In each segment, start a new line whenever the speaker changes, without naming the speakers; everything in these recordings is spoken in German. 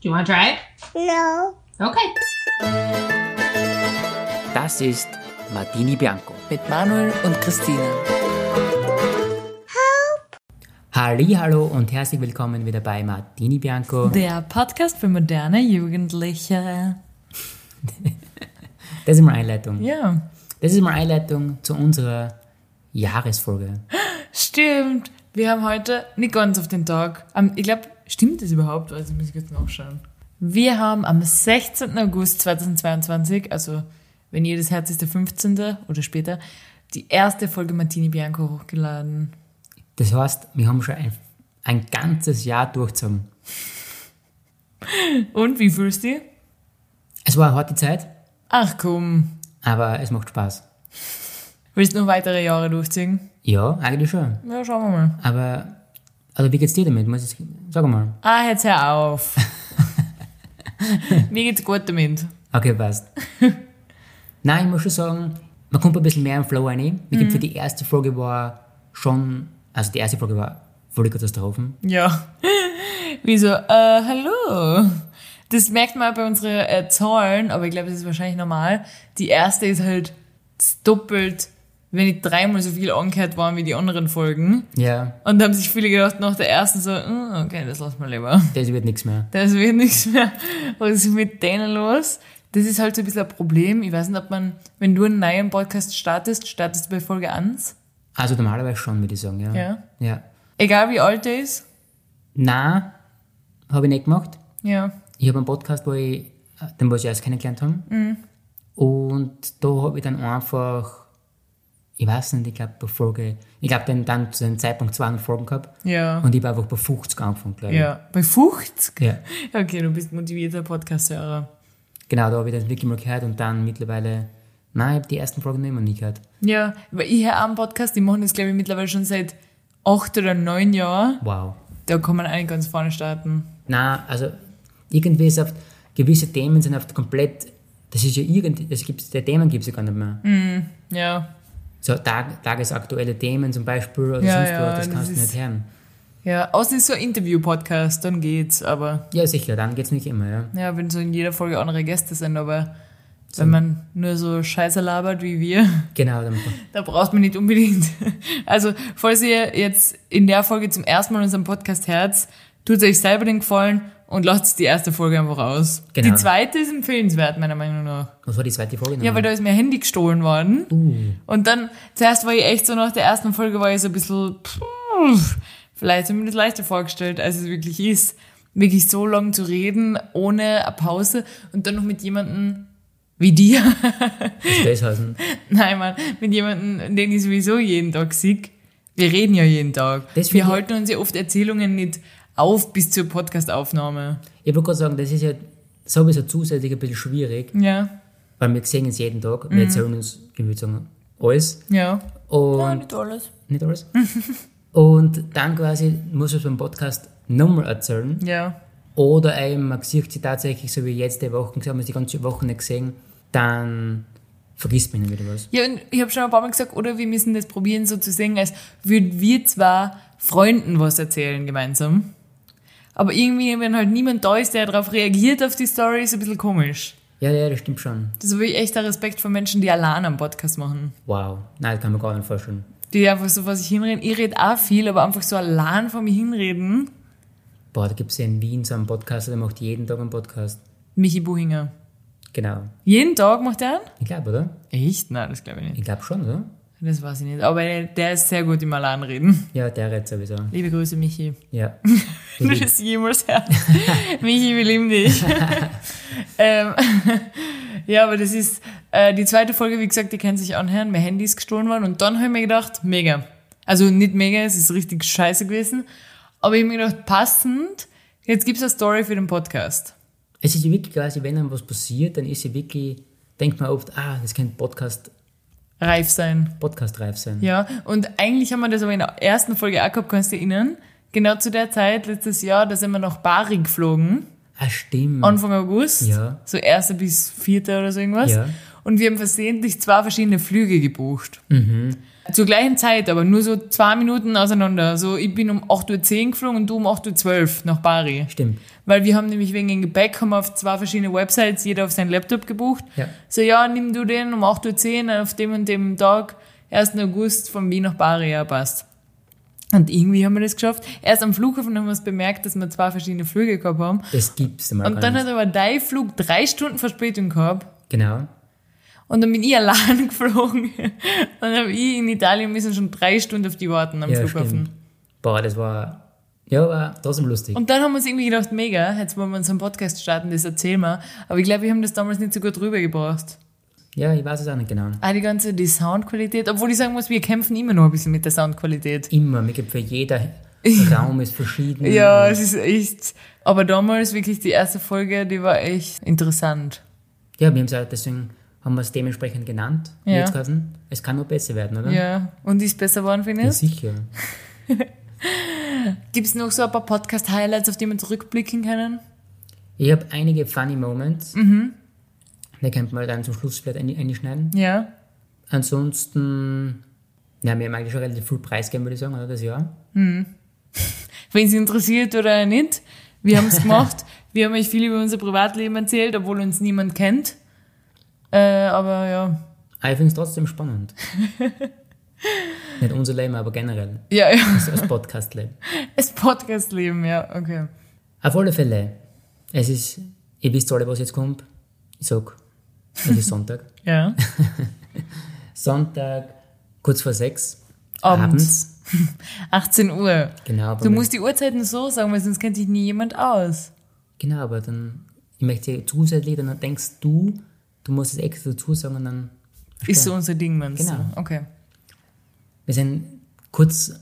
Do you want to try it?
No.
Okay.
Das ist Martini Bianco.
Mit Manuel und Christine.
Hallo und herzlich willkommen wieder bei Martini Bianco.
Der Podcast für moderne Jugendliche.
Das ist mal Einleitung.
Ja,
Das ist mal Einleitung zu unserer Jahresfolge.
stimmt. Wir haben heute nicht ganz auf den Tag. Am, ich glaube, stimmt das überhaupt? Also muss ich jetzt nachschauen. Wir haben am 16. August 2022, also wenn ihr das Herz ist der 15. oder später, die erste Folge Martini Bianco hochgeladen.
Das heißt, wir haben schon ein, ein ganzes Jahr durchgezogen.
Und wie fühlst du dich?
Es war eine harte Zeit,
Ach komm,
aber es macht Spaß.
willst du noch weitere Jahre durchziehen?
Ja, eigentlich schon.
Ja, schauen wir mal. Aber
Also wie geht's dir damit? Muss ich, sag mal.
ah, jetzt hör auf. Mir geht's gut damit.
Okay, passt. Nein, ich muss schon sagen, man kommt ein bisschen mehr im Flow rein. Ich glaube, für die erste Folge war schon, also die erste Folge war voll die Katastrophen.
Ja. Wie so, äh, hallo. Das merkt man auch bei unseren äh, Zahlen, aber ich glaube, das ist wahrscheinlich normal. Die erste ist halt doppelt, wenn nicht dreimal so viel angehört waren wie die anderen Folgen.
Ja,
Und da haben sich viele gedacht nach der ersten so, "Mm, okay, das lassen wir lieber.
das wird nichts mehr.
Das wird nichts mehr. Was ist mit denen los? Das ist halt so ein bisschen ein Problem. Ich weiß nicht, ob man, wenn du einen neuen Podcast startest, startest du bei Folge 1.
Also normalerweise schon, würde ich sagen, ja.
Ja.
ja.
Egal wie alt der ist.
Nein, habe ich nicht gemacht.
Ja.
Ich habe einen Podcast, wo ich, den wo ich erst kennengelernt habe.
Mhm.
Und da habe ich dann einfach, ich weiß nicht, ich glaube bei Folge, ich glaube dann, dann zu dem Zeitpunkt 200 Folgen gehabt.
Ja.
Und ich war einfach bei 50 angefangen, glaube ich.
ja. Bei 50?
ja.
Okay, du bist motivierter Podcast-Hörer.
Genau, da habe ich das wirklich mal gehört und dann mittlerweile, nein, ich habe die ersten Folgen noch immer nicht gehört.
Ja, weil ich höre einen Podcast, die machen das, glaube ich, mittlerweile schon seit acht oder neun Jahren.
Wow.
Da kann man eigentlich ganz vorne starten.
Na, also irgendwie ist oft, gewisse Themen sind oft komplett, das ist ja irgendwie, das gibt's, der Themen gibt es ja gar nicht mehr.
Mhm. Ja.
So Tag, tagesaktuelle Themen zum Beispiel oder
Ja,
sonst
ja,
was, das
das
kannst du
ist-
nicht hören.
Ja, außer es ist so ein Interview-Podcast, dann geht's, aber
Ja, sicher, dann geht's nicht immer, ja.
ja, wenn so in jeder Folge andere Gäste sind, aber wenn man nur so Scheiße labert wie wir,
Genau, dann,
da braucht man nicht unbedingt. Also, falls ihr jetzt in der Folge zum ersten Mal unseren Podcast hört, tut euch selber den Gefallen und lasst die erste Folge einfach aus.
Genau.
Die zweite ist empfehlenswert, meiner Meinung nach.
was war die zweite Folge?
Ja, weil da ist mir Handy gestohlen worden.
Uh.
Und dann, zuerst war ich echt so nach der ersten Folge, war ich so ein bisschen, pff, vielleicht habe ich mir das leichter vorgestellt, als es wirklich ist. Wirklich so lang zu reden, ohne eine Pause und dann noch mit jemandem wie dir.
das heißen.
Nein, Mann, mit jemandem, den ich sowieso jeden Tag sehe. Wir reden ja jeden Tag.
Das find
Wir
ich-
halten uns ja oft Erzählungen nicht auf bis zur Podcastaufnahme.
Ich wollte gerade sagen, das ist ja sowieso zusätzlich ein bisschen schwierig,
Ja,
weil wir sehen uns jeden Tag,
Mhm.
wir erzählen uns, ich würde sagen, alles.
ja.
Und
nicht alles.
nicht alles. und dann quasi muss es beim Podcast nochmal erzählen.
Ja,
Oder eben, man sieht sie tatsächlich, so wie jetzt die Woche gesagt, haben wir die ganze Woche nicht gesehen, dann vergisst man ihnen wieder was.
Ja, und ich habe schon ein paar Mal gesagt, oder wir müssen das probieren, so zu singen, als würden wir zwar Freunden was erzählen gemeinsam. Aber irgendwie, wenn halt niemand da ist, der darauf reagiert auf die Story, ist ein bisschen komisch.
Ja, ja, das stimmt schon.
Das habe ich echt der Respekt vor Menschen, die allein am Podcast machen.
Wow. Nein, das kann man gar nicht vorstellen.
Die einfach so vor sich hinreden. Ich rede auch viel, aber einfach so allein vor mir hinreden.
Boah, da gibt es ja in Wien so einen Podcast, der macht jeden Tag einen Podcast.
Michi Buhinger.
Genau.
Jeden Tag macht er einen?
Ich glaube, oder?
Echt? Nein, das glaube ich nicht.
Ich glaube schon, oder?
Das weiß ich nicht. Aber der ist sehr gut im Alleinreden.
Ja, der redet sowieso.
Liebe Grüße, Michi.
Ja.
Wenn du das jemals hörst. Michi, wir lieben dich. ähm, ja, aber das ist äh, die zweite Folge, wie gesagt, die kann sich anhören. Mein Handy ist gestohlen worden und dann habe ich mir gedacht, mega. Also nicht mega, es ist richtig scheiße gewesen. Aber ich habe mir gedacht, passend, jetzt gibt's eine Story für den Podcast.
es ist ja wirklich quasi, wenn einem was passiert, dann ist ja wirklich, denkt man oft, ah, das könnte Podcast,
Reif sein.
Podcast-reif sein.
Ja, und eigentlich haben wir das aber in der ersten Folge auch gehabt, kannst du dich erinnern? Genau zu der Zeit, letztes Jahr, da sind wir nach Bari geflogen.
Ah, stimmt.
Anfang August.
Ja.
So 1. bis 4. oder so irgendwas.
Ja. Mhm.
Und wir haben versehentlich zwei verschiedene Flüge gebucht. zur gleichen Zeit, aber nur so zwei Minuten auseinander. So, ich bin um 8.10 Uhr geflogen und du um 8.12 Uhr nach Bari.
Stimmt.
Weil wir haben nämlich wegen dem Gepäck haben wir auf zwei verschiedene Websites, jeder auf seinen Laptop gebucht.
Ja.
So, ja, nimm du den um 8.10 Uhr auf dem und dem Tag, 1. August, von Wien nach Bari, ja, passt. Und irgendwie haben wir das geschafft. Erst am Flughafen haben wir es bemerkt, dass wir zwei verschiedene Flüge gehabt haben.
Das gibt's immer
Und dann
nicht.
hat aber dein Flug drei Stunden Verspätung gehabt.
Genau.
Und dann bin ich allein geflogen. Und dann habe ich in Italien müssen schon drei Stunden auf die warten am
Ja,
Flughafen.
stimmt. Boah, das war. Ja, war trotzdem lustig.
Und dann haben wir uns irgendwie gedacht, mega, jetzt wollen wir unseren Podcast starten, das erzähl mal. Aber ich glaube, wir haben das damals nicht so gut rübergebracht.
ja, ich weiß es auch nicht genau.
Ah, die ganze, die Soundqualität. Obwohl ich sagen muss, wir kämpfen immer noch ein bisschen mit der Soundqualität.
Immer, mir gibt für jeder Raum ist verschieden.
Ja, es ist echt. Aber damals wirklich die erste Folge, die war echt interessant.
Ja, wir haben es halt, deswegen haben wir es dementsprechend genannt.
Ja.
Jetzt heißen, es kann nur besser werden, oder?
Ja. Und die ist besser geworden,
Ja,
findest
sicher.
du? Gibt es noch so ein paar Podcast-Highlights, auf die wir zurückblicken können?
Ich habe einige funny Moments.
Mhm.
Da könnten wir dann zum Schluss vielleicht ein- einschneiden.
Ja.
Ansonsten, ja, wir haben eigentlich schon relativ viel Preis geben, würde ich sagen, oder das Jahr.
Wenn es interessiert oder nicht, wir haben es gemacht. wir haben euch viel über unser Privatleben erzählt, obwohl uns niemand kennt. Äh, aber ja.
Aber ich finde es trotzdem spannend. Nicht unser Leben, aber generell.
Ja, ja.
Das, das Podcast-Leben.
Das Podcast-Leben, ja, okay.
Auf alle Fälle, es ist, ihr wisst alle, was jetzt kommt. Ich sag, es ist Sonntag.
Ja.
Sonntag, kurz vor sechs.
Abend.
Abends.
18 Uhr.
Genau. aber
Du musst die Uhrzeiten so sagen, weil sonst kennt sich nie jemand aus.
Genau, aber dann, ich möchte zusätzlich, dann denkst du, du musst es extra dazu sagen und dann,
Ist so unser Ding, meinst
Genau.
du? Okay.
wir sind kurz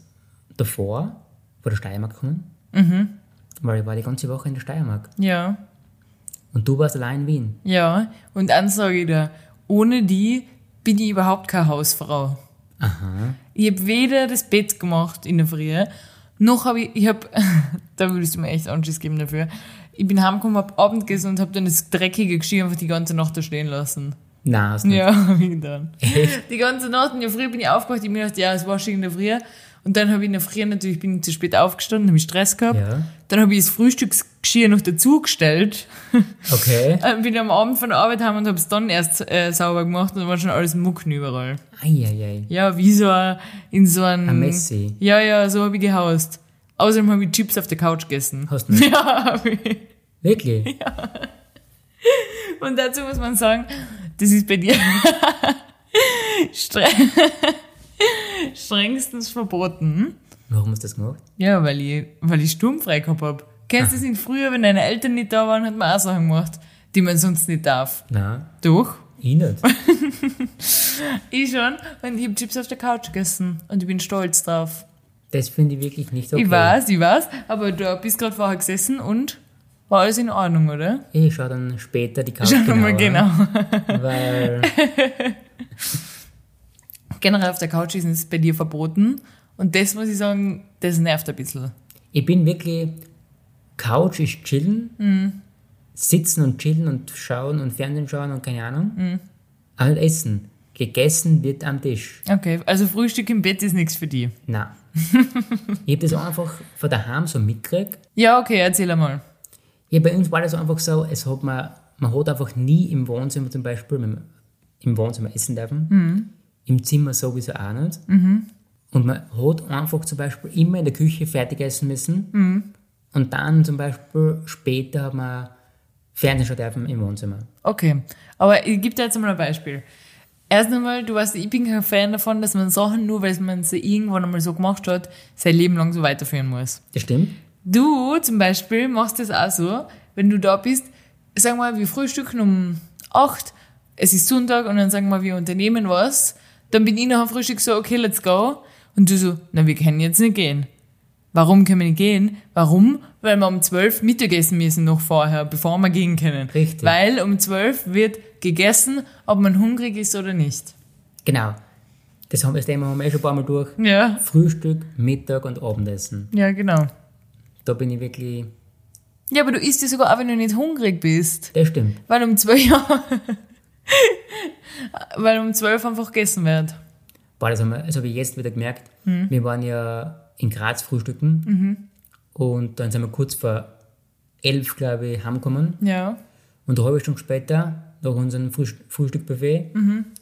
davor vor der Steiermark gekommen,
Mhm.
weil ich war die ganze Woche in der Steiermark
Ja.
und du warst allein in Wien.
Ja. Und dann sage ich dir, ohne die bin ich überhaupt keine Hausfrau.
Aha.
Ich habe weder das Bett gemacht in der Früh, noch habe ich, ich habe, da würdest du mir echt Anschiss geben dafür. Ich bin heimgekommen, habe Abend gegessen und habe dann das dreckige Geschirr einfach die ganze Nacht da stehen lassen.
Nein, hast du nicht.
Ja, habe ich getan. Die ganze Nacht in der Früh bin ich aufgewacht, ich hab mir gedacht, ja, es war schon in der Früh. Und dann habe ich in der Früh natürlich, bin ich zu spät aufgestanden, habe ich Stress gehabt.
Ja.
Dann habe ich das Frühstücksgeschirr noch dazugestellt,
Okay.
äh, bin am Abend von der Arbeit heim und habe es dann erst äh, sauber gemacht und da war schon alles Mucken überall.
Eieiei.
Ja, wie so ein, in so einem...
Ein Messi.
Ja, ja, so hab ich gehaust. Außerdem hab ich Chips auf der Couch gegessen.
Hast du nicht.
Ja, hab ich.
Wirklich?
Und dazu muss man sagen, das ist bei dir streng, strengstens verboten.
Warum hast du das gemacht?
Ja, weil ich, weil ich sturmfrei gehabt hab. Kennst du das nicht früher, wenn deine Eltern nicht da waren, hat man auch Sachen gemacht, die man sonst nicht darf.
Nein,
Doch.
ich nicht.
Ich schon. Und ich hab Chips auf der Couch gegessen. Und ich bin stolz drauf.
Das finde ich wirklich nicht okay.
Ich weiß, ich weiß. Aber du bist gerade vorher gesessen und war alles in Ordnung, oder?
Ich schaue dann später die Karte
Schauen wir mal genau.
Weil,
generell auf der Couch ist es bei dir verboten. Und das muss ich sagen, das nervt ein bisschen.
ich bin wirklich, Couch ist chillen,
Mhm.
sitzen und chillen und schauen und Fernsehen schauen und keine Ahnung.
Mhm.
Aber nicht essen. Gegessen wird am Tisch.
Okay, also Frühstück im Bett ist nichts für die.
Na, ich habe das einfach von daheim so mitgekriegt.
Ja, okay, erzähl einmal.
Ja, bei uns war das einfach so, es hat man, man hat einfach nie im Wohnzimmer zum Beispiel, wenn man im Wohnzimmer essen dürfen, im Zimmer sowieso auch nicht. Und man hat einfach zum Beispiel immer in der Küche fertig essen müssen und dann zum Beispiel später hat man Fernsehen schauen dürfen im Wohnzimmer.
Okay, aber ich gebe dir jetzt mal ein Beispiel. Erst einmal, du weißt, ich bin kein Fan davon, dass man Sachen, nur weil man sie irgendwann einmal so gemacht hat, sein Leben lang so weiterführen muss.
Das stimmt?
Du zum Beispiel machst das auch so, wenn du da bist, sagen wir, wir frühstücken um 8, es ist Sonntag und dann sagen wir, wir unternehmen was, dann bin ich nach dem Frühstück so, okay, let's go. Und du so, na, wir können jetzt nicht gehen. Warum können wir nicht gehen? Warum? Weil wir um 12 Mittagessen müssen noch vorher, bevor wir gehen können.
Richtig.
Weil um 12 wird gegessen, ob man hungrig ist oder nicht.
Genau. Das, haben, das Thema haben wir eh schon ein paar Mal durch.
Ja.
Frühstück, Mittag und Abendessen.
Ja, genau.
Da bin ich wirklich,
Ja, aber du isst ja sogar auch, wenn du nicht hungrig bist.
das stimmt.
Weil um zwölf, weil um zwölf einfach gegessen wird.
Boah, das, haben wir- das habe ich jetzt wieder gemerkt. Wir waren ja in Graz frühstücken und dann sind wir kurz vor elf, glaube ich, heimgekommen.
Ja.
Und eine halbe Stunde später, nach unserem Frühst Frühstückbuffet, haben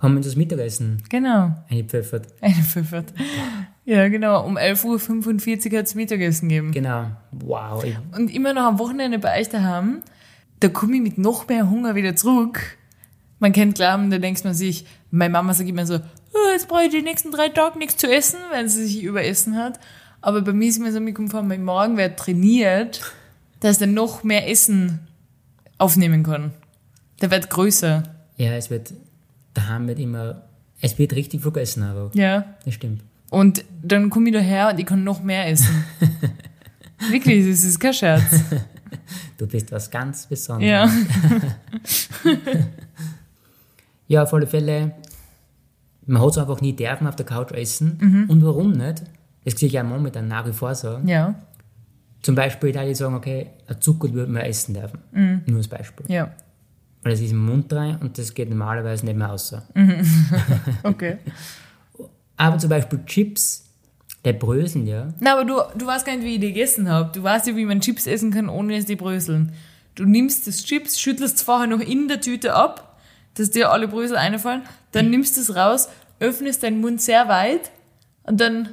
wir uns das Mittagessen
Genau.
eingepfeffert.
Eine Pfiffert. Ja, genau. Um 11.45 Uhr hat es Mittagessen gegeben.
Genau. Wow. Ich,
Und immer noch am Wochenende bei euch daheim, da komme ich mit noch mehr Hunger wieder zurück. Man kennt glauben, da denkt man sich, meine Mama sagt immer so, "Ah, jetzt brauche ich die nächsten drei Tage nichts zu essen, wenn sie sich überessen hat. Aber bei mir ist mir so mitgekommen, mein Morgen wird trainiert, dass der noch mehr Essen aufnehmen kann. Der wird größer.
ja, es wird daheim wird immer, es wird richtig viel gegessen, aber
Ja.
das stimmt.
Und dann komme ich daher und ich kann noch mehr essen. Wirklich, das ist kein Scherz.
Du bist was ganz Besonderes.
Ja.
Ja, auf alle Fälle, man hat es einfach nie dürfen auf der Couch essen. Und warum nicht? Das sehe ich ja momentan nach wie vor so.
Ja.
Zum Beispiel, da die sagen, okay, ein Zucker würde man essen dürfen. Nur als Beispiel.
Ja.
Weil das ist im Mund rein und das geht normalerweise nicht mehr raus.
Okay.
Aber zum Beispiel Chips, der bröseln ja.
Na, aber du, du weißt gar nicht, wie ich die gegessen hab. Du weißt ja, wie man Chips essen kann, ohne dass die bröseln. Du nimmst das Chips, schüttelst es vorher noch in der Tüte ab, dass dir alle Brösel einfallen, dann nimmst es raus, öffnest deinen Mund sehr weit und dann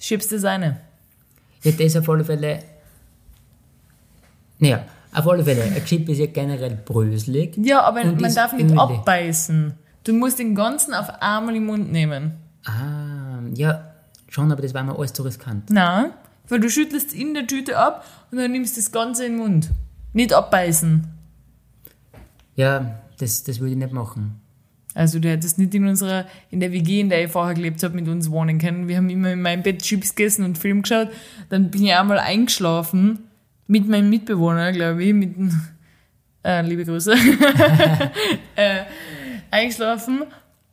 schiebst es eine.
Ja, das auf alle Fälle. Naja, auf alle Fälle, ein Chip ist ja generell bröselig.
Ja, aber
Und
man
ist
darf nicht
ölig.
abbeißen. Du musst den ganzen auf einmal im Mund nehmen.
Ah, ja, schon, aber das war mir alles zu riskant.
Nein, weil du schüttelst in der Tüte ab und dann nimmst das Ganze in den Mund. Nicht abbeißen.
Ja, das, das würde ich nicht machen.
Also du hättest nicht in unserer, in der WG, in der ich vorher gelebt habe, mit uns wohnen können. Wir haben immer in meinem Bett Chips gegessen und Film geschaut. Dann bin ich einmal eingeschlafen mit meinem Mitbewohner, glaube ich, mit dem, äh, liebe Grüße, äh, eingeschlafen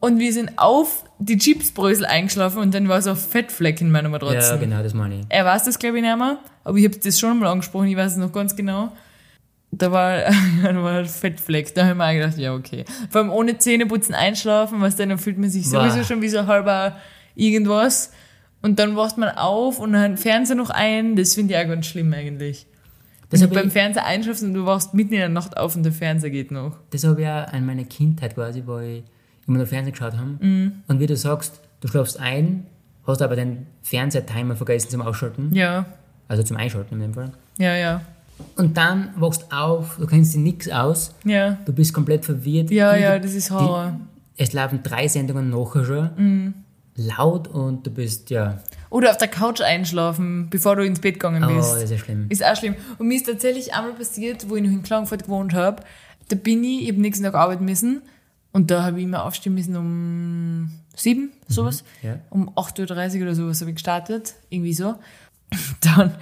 und wir sind auf die Chipsbrösel eingeschlafen und dann war so ein Fettfleck in meiner Matratze.
Ja, genau, das meine ich.
Er weiß das, glaube ich, nicht mehr, aber ich habe das schon mal angesprochen, ich weiß es noch ganz genau. Da war, da war ein Fettfleck, da habe ich mir auch gedacht, ja, okay. Vor allem ohne Zähneputzen einschlafen, was denn, dann fühlt man sich sowieso
Wah.
schon wie so ein halber irgendwas. Und dann wacht man auf und dann Fernseher noch ein, das finde ich auch ganz schlimm eigentlich.
Das
Wenn
habe
du beim
ich,
Fernseher einschlafst und du wachst mitten in der Nacht auf und der Fernseher geht noch.
das hab ich auch an meiner Kindheit quasi, wo ich immer nur Fernsehen geschaut habe.
Mhm.
Und wie du sagst, du schlafst ein, hast aber den Fernsehtimer vergessen zum Ausschalten,
Ja,
also zum Einschalten in dem Fall.
ja, ja,
Und dann wachst auf, du kennst dir nichts aus,
ja.
du bist komplett verwirrt.
Ja,
Die-
ja, das ist Horror. Mhm.
Es laufen drei Sendungen nachher schon. Laut und du bist, ja,
Oder auf der Couch einschlafen, bevor du ins Bett gegangen
oh,
bist.
das ist ja schlimm.
Ist auch schlimm. Und mir ist tatsächlich einmal passiert, wo ich noch in Klagenfurt gewohnt habe. Da bin ich, ich habe nächsten Tag arbeiten müssen. Und da habe ich immer aufstehen müssen um sieben, sowas.
ja.
Um 8.30 Uhr oder sowas habe ich gestartet. Irgendwie so. Dann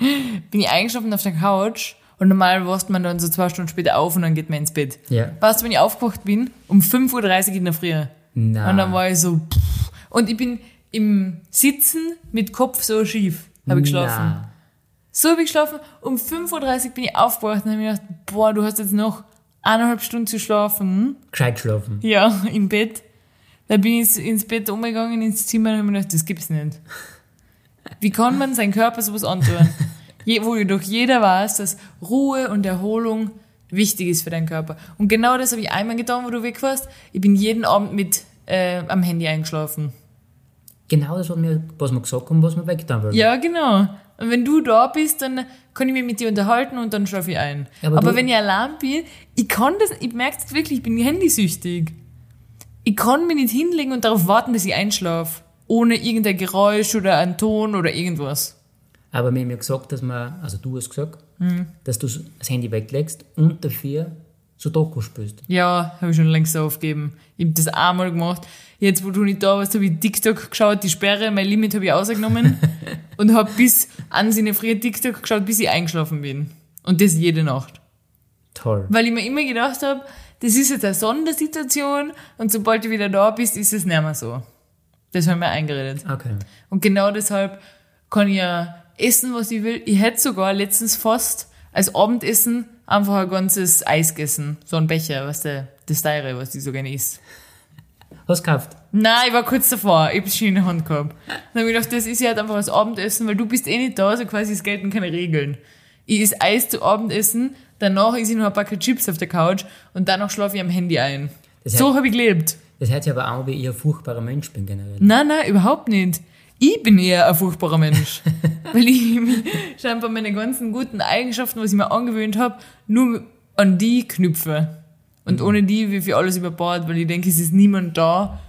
bin ich eingeschlafen auf der Couch. Und normal wacht man dann so zwei Stunden später auf und dann geht man ins Bett.
Ja.
Weißt du, wenn ich aufgewacht bin? Um 5.30 Uhr in der Früh.
Na,
Und dann war ich so... Pff. Und ich bin im Sitzen mit Kopf so schief. Habe ich geschlafen.
Na.
So habe ich geschlafen. Um 5.30 Uhr bin ich aufgewacht und habe mir gedacht, boah, du hast jetzt noch eineinhalb Stunden zu schlafen.
Gescheit schlafen.
Ja, im Bett. Da bin ich ins Bett umgegangen, ins Zimmer und habe mir gedacht, das gibt's nicht. Wie kann man seinem Körper sowas antun? Je, wo doch jeder weiß, dass Ruhe und Erholung wichtig ist für deinen Körper. Und genau das habe ich einmal getan, wo du weg warst. Ich bin jeden Abend mit äh, am Handy eingeschlafen.
Genau das, was wir, was wir gesagt haben, was wir weggetan wollen.
Ja, genau. Und wenn du da bist, dann kann ich mich mit dir unterhalten und dann schlafe ich ein.
Aber
Aber,
du-
wenn ich allein bin, ich kann das, ich merke es wirklich, ich bin handysüchtig. Ich kann mich nicht hinlegen und darauf warten, dass ich einschlafe. Ohne irgendein Geräusch oder einen Ton oder irgendwas.
Aber wir haben ja gesagt, dass man, also du hast gesagt,
Mhm.
dass du das Handy weglegst und dafür so Doku spielst.
Ja, habe ich schon längst aufgegeben. Ich habe das einmal gemacht. Jetzt, wo du nicht da warst, habe ich TikTok geschaut, die Sperre, mein Limit habe ich rausgenommen und habe bis an seine frühe TikTok geschaut, bis ich eingeschlafen bin. Und das jede Nacht.
Toll.
Weil ich mir immer gedacht habe, das ist jetzt eine Sondersituation und sobald du wieder da bist, ist es nicht mehr so. Das haben wir eingeredet.
Okay.
Und genau deshalb kann ich ja essen, was ich will. Ich hätte sogar letztens fast als Abendessen einfach ein ganzes Eis gegessen. So ein Becher, was der, das Teure, was die so gerne isst.
Hast du gekauft?
Nein, ich war kurz davor. Ich habe schon in der Hand gehabt. Dann habe ich gedacht, das ist ja halt einfach das Abendessen, weil du bist eh nicht da, so quasi es gelten keine Regeln. Ich esse Eis zu Abendessen, danach esse ich noch ein Packet Chips auf der Couch und danach schlafe ich am Handy ein.
Das heißt-
so habe ich gelebt.
Das hört sich aber auch, wie ich ein furchtbarer Mensch bin generell.
Nein, nein, überhaupt nicht. Ich bin eher ein furchtbarer Mensch. weil ich mich scheinbar meine ganzen guten Eigenschaften, was ich mir angewöhnt habe, nur an die knüpfe.
Mhm.
Und ohne die wirf ich alles über Bord, weil ich denke, es ist niemand da,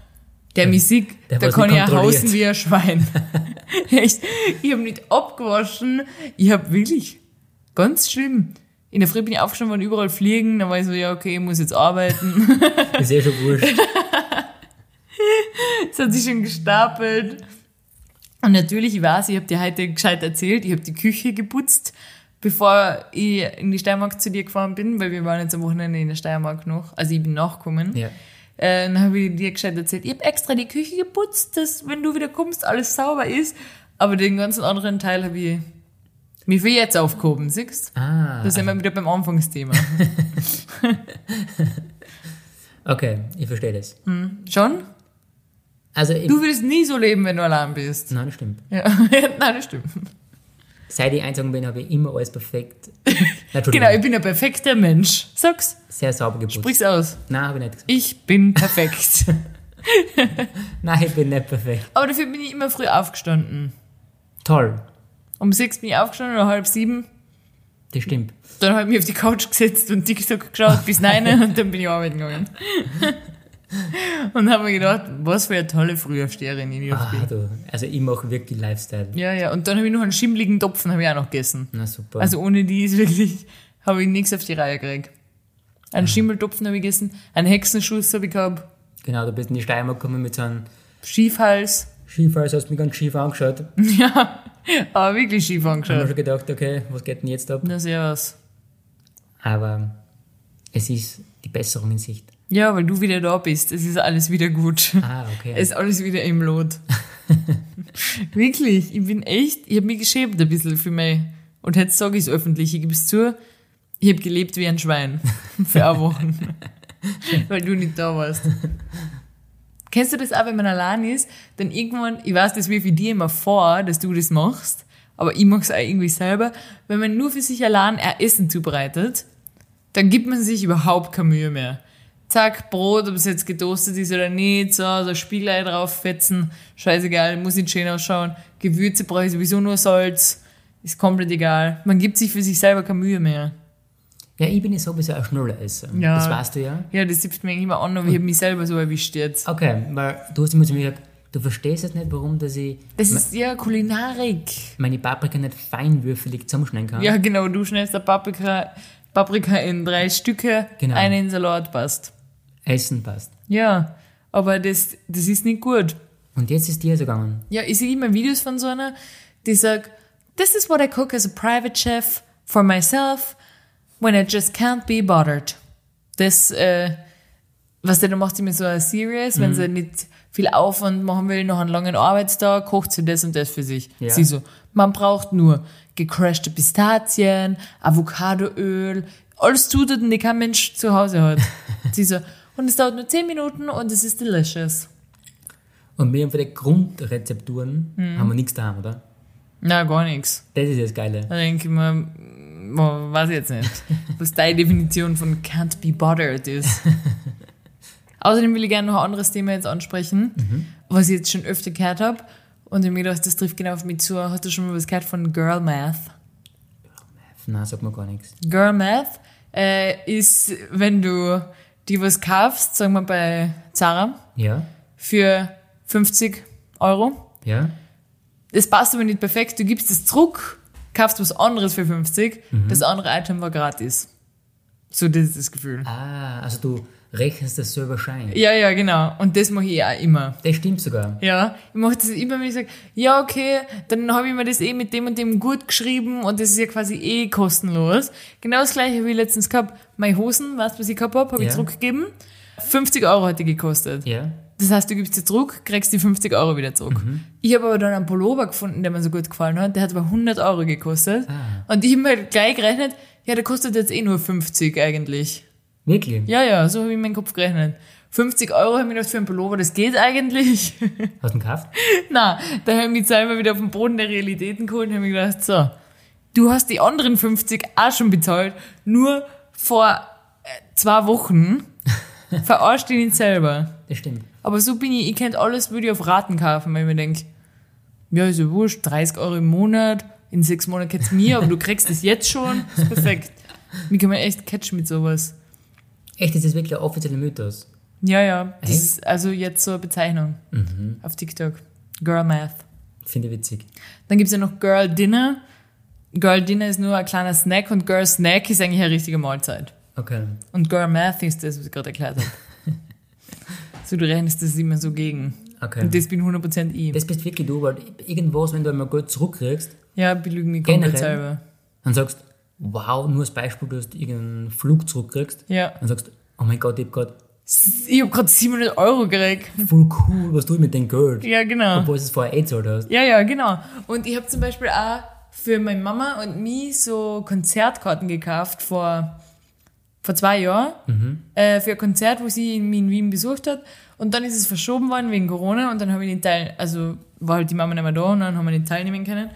der mich sieht.
Der
da
was
kann
nicht
ich auch
kontrolliert.
hausen wie ein Schwein. Echt? Ich habe nicht abgewaschen. Ich habe wirklich ganz schlimm. In der Früh bin ich aufgestanden, waren überall Fliegen. Dann war ich so, ja, okay, ich muss jetzt arbeiten.
Ist eh schon wurscht.
Es hat sich schon gestapelt. Und natürlich, ich weiß, ich habe dir heute gescheit erzählt, ich habe die Küche geputzt, bevor ich in die Steiermark zu dir gefahren bin, weil wir waren jetzt am Wochenende in der Steiermark noch. Also ich bin nachgekommen.
ja.
Äh, dann habe ich dir gescheit erzählt, ich habe extra die Küche geputzt, dass wenn du wieder kommst, alles sauber ist. Aber den ganzen anderen Teil habe ich mir für jetzt aufgehoben, siehst du?
Ah,
Da sind wir wieder beim Anfangsthema.
okay, ich verstehe das.
Schon?
Also, ich,
Du würdest nie so leben, wenn du allein bist.
nein, das stimmt.
Ja, nein, das stimmt.
Seit ich einzogen bin, habe ich immer alles perfekt. Nein,
Genau, ich
Entschuldigung,
bin ein perfekter Mensch. Sag's,
Sehr sauber geputzt.
sprich's aus.
Nein, habe ich nicht gesagt.
Ich bin perfekt.
Nein, ich bin nicht perfekt.
Aber dafür bin ich immer früh aufgestanden.
Toll,
Um sechs bin ich aufgestanden oder halb sieben.
das stimmt.
Dann habe ich mich auf die Couch gesetzt und TikTok geschaut bis neun und dann bin ich arbeiten gegangen. und habe mir gedacht, was für eine tolle Frühaufsteherin ich noch
Ah,
bin.
du. Also, ich mache wirklich Lifestyle.
Ja, ja. Und dann habe ich noch einen schimmeligen Topfen habe ich auch noch gegessen.
Na super.
Also ohne die ist wirklich, habe ich nichts auf die Reihe gekriegt. Einen Schimmeltopfen habe ich gegessen, einen Hexenschuss habe ich gehabt,
genau, du bist in die Steiermark gekommen mit so einem
Schiefhals.
Skifahrer, hast mich ganz schief angeschaut. Ich
Ja, aber wirklich schief
habe
angeschaut.
schon gedacht, okay, was geht denn jetzt ab?
Na, servus.
Aber es ist die Besserung in Sicht.
Ja, weil du wieder da bist. Es ist alles wieder gut.
Ah, okay.
Es ist alles wieder im Lot. wirklich, ich bin echt, ich habe mich geschämt ein bisschen für mich. Und jetzt sage ich es öffentlich, ich gebe es zu, ich habe gelebt wie ein Schwein. Für eine Woche. weil du nicht da warst. Kennst du das auch, wenn man allein ist? Dann irgendwann, ich weiß, das wirf ich dir immer vor, dass du das machst, aber ich mach's auch irgendwie selber. Wenn man nur für sich allein ein Essen zubereitet, dann gibt man sich überhaupt keine Mühe mehr. Zack, Brot, ob es jetzt getoastet ist oder nicht, so, so Spiegelei drauf fetzen, scheißegal, muss nicht schön ausschauen. Gewürze brauche ich sowieso nur Salz, ist komplett egal. Man gibt sich für sich selber keine Mühe mehr.
Ja, ich bin ja sowieso ein Schnulleresser.
Ja.
Das weißt du ja.
Ja, das sieht mir eigentlich immer an, aber ich habe mich selber so erwischt jetzt.
Okay, weil du hast immer zu mir gesagt, du verstehst jetzt nicht, warum dass ich
Das
me-
ist ja Kulinarik.
meine Paprika nicht feinwürfelig zusammenschneiden kann.
Ja, genau, du schneidest eine Paprika, Paprika in drei Stücke,
Genau.
eine in Salat passt.
Essen passt.
Ja, aber das, das ist nicht gut.
Und jetzt ist dir so gegangen.
Ja, ich sehe immer Videos von so einer, die sagt, this is what I cook as a private chef for myself when I just can't be bothered. Das, äh, was der, da macht sie mir so eine Series, wenn sie nicht viel Aufwand machen will, noch einen langen Arbeitstag, kocht sie das und das für sich.
Ja.
Sie so, man braucht nur gecrashte Pistazien, Avocadoöl, alles Zutaten, die kein Mensch zu Hause hat. sie so, und es dauert nur 10 Minuten und es ist delicious.
Und wir haben für die Grundrezepturen
Hm.
haben wir nichts daheim, oder?
Na, gar nichts.
Das ist das Geile.
Da denke ich mir, mm, boah, weiß ich jetzt nicht, was deine Definition von can't be bothered ist. Außerdem will ich gerne noch ein anderes Thema jetzt ansprechen, was ich jetzt schon öfter gehört habe. Und ich hab mir gedacht, das trifft genau auf mich zu. Hast du schon mal was gehört von Girl Math?
Nein, sagt mir gar nichts.
Girl Math äh, ist, wenn du dir was kaufst, sagen wir bei Zara,
Ja?
für 50 Euro.
Ja?
das passt aber nicht perfekt, du gibst es zurück, kaufst was anderes für 50, das andere Item war gratis. So, das ist das Gefühl.
Ah, also du rechnest das selber schein.
Ja, ja, genau. Und das mache ich auch immer.
Das stimmt sogar.
Ja, ich mache das immer, wenn ich sage, ja, okay, dann habe ich mir das eh mit dem und dem gut geschrieben und das ist ja quasi eh kostenlos. Genau das gleiche wie letztens gehabt. Meine Hosen, weißt du, was ich gehabt habe, habe ich
Ja.
zurückgegeben. 50 Euro hat die gekostet.
Ja?
Das heißt, du gibst sie zurück, kriegst die 50 Euro wieder zurück. Ich habe aber dann einen Pullover gefunden, der mir so gut gefallen hat. Der hat aber 100 Euro gekostet.
Ah.
Und ich habe mir halt gleich gerechnet, ja, der kostet jetzt eh nur 50 eigentlich.
Wirklich?
Ja, ja, so habe ich in meinen Kopf gerechnet. 50 Euro habe ich mir gedacht für einen Pullover, das geht eigentlich.
Hast du ihn gekauft?
Na, da habe ich mich zweimal wieder auf den Boden der Realitäten geholt und habe mir gedacht, so, du hast die anderen 50 auch schon bezahlt, nur vor äh, zwei Wochen. Verarscht ihn nicht selber.
Das stimmt.
Aber so bin ich, ich könnte alles, würde ich auf Raten kaufen, weil ich mir denke, ja, ist ja wurscht, 30 Euro im Monat, in sechs Monaten geht's mir, aber du kriegst es jetzt schon, ist perfekt. Mich kann man echt catchen mit sowas.
Echt, das ist wirklich ein offizieller Mythos.
Ja, ja, das ist also jetzt so eine Bezeichnung
Mhm.
auf TikTok. Girl Math.
Finde ich witzig.
Dann gibt's ja noch Girl Dinner. Girl Dinner ist nur ein kleiner Snack und Girl Snack ist eigentlich eine richtige Mahlzeit.
Okay.
Und Girl Math ist das, was ich gerade erklärt habe. so, du rechnest das immer so gegen.
Okay.
Und das bin 100% ich.
Das bist wirklich du, weil irgendwas, wenn du einmal gut zurückkriegst,
ja, belüge mich komplett
Generell?
selber.
dann sagst wow, nur als Beispiel, du hast irgendeinen Flug zurückkriegst,
Ja.
dann sagst oh mein Gott, ich hab grad
Ich habe gerade 700 Euro gekriegt.
voll cool, was tue ich mit dem Geld?
Ja, genau.
Obwohl du es vorher eh zahlt hast.
Ja, ja, genau. Und ich habe zum Beispiel auch für meine Mama und mich so Konzertkarten gekauft vor, vor zwei Jahren äh, für ein Konzert, wo sie in- mich in Wien besucht hat. Und dann ist es verschoben worden wegen Corona und dann habe ich den Teil, also war halt die Mama nicht mehr da und dann haben wir nicht teilnehmen können.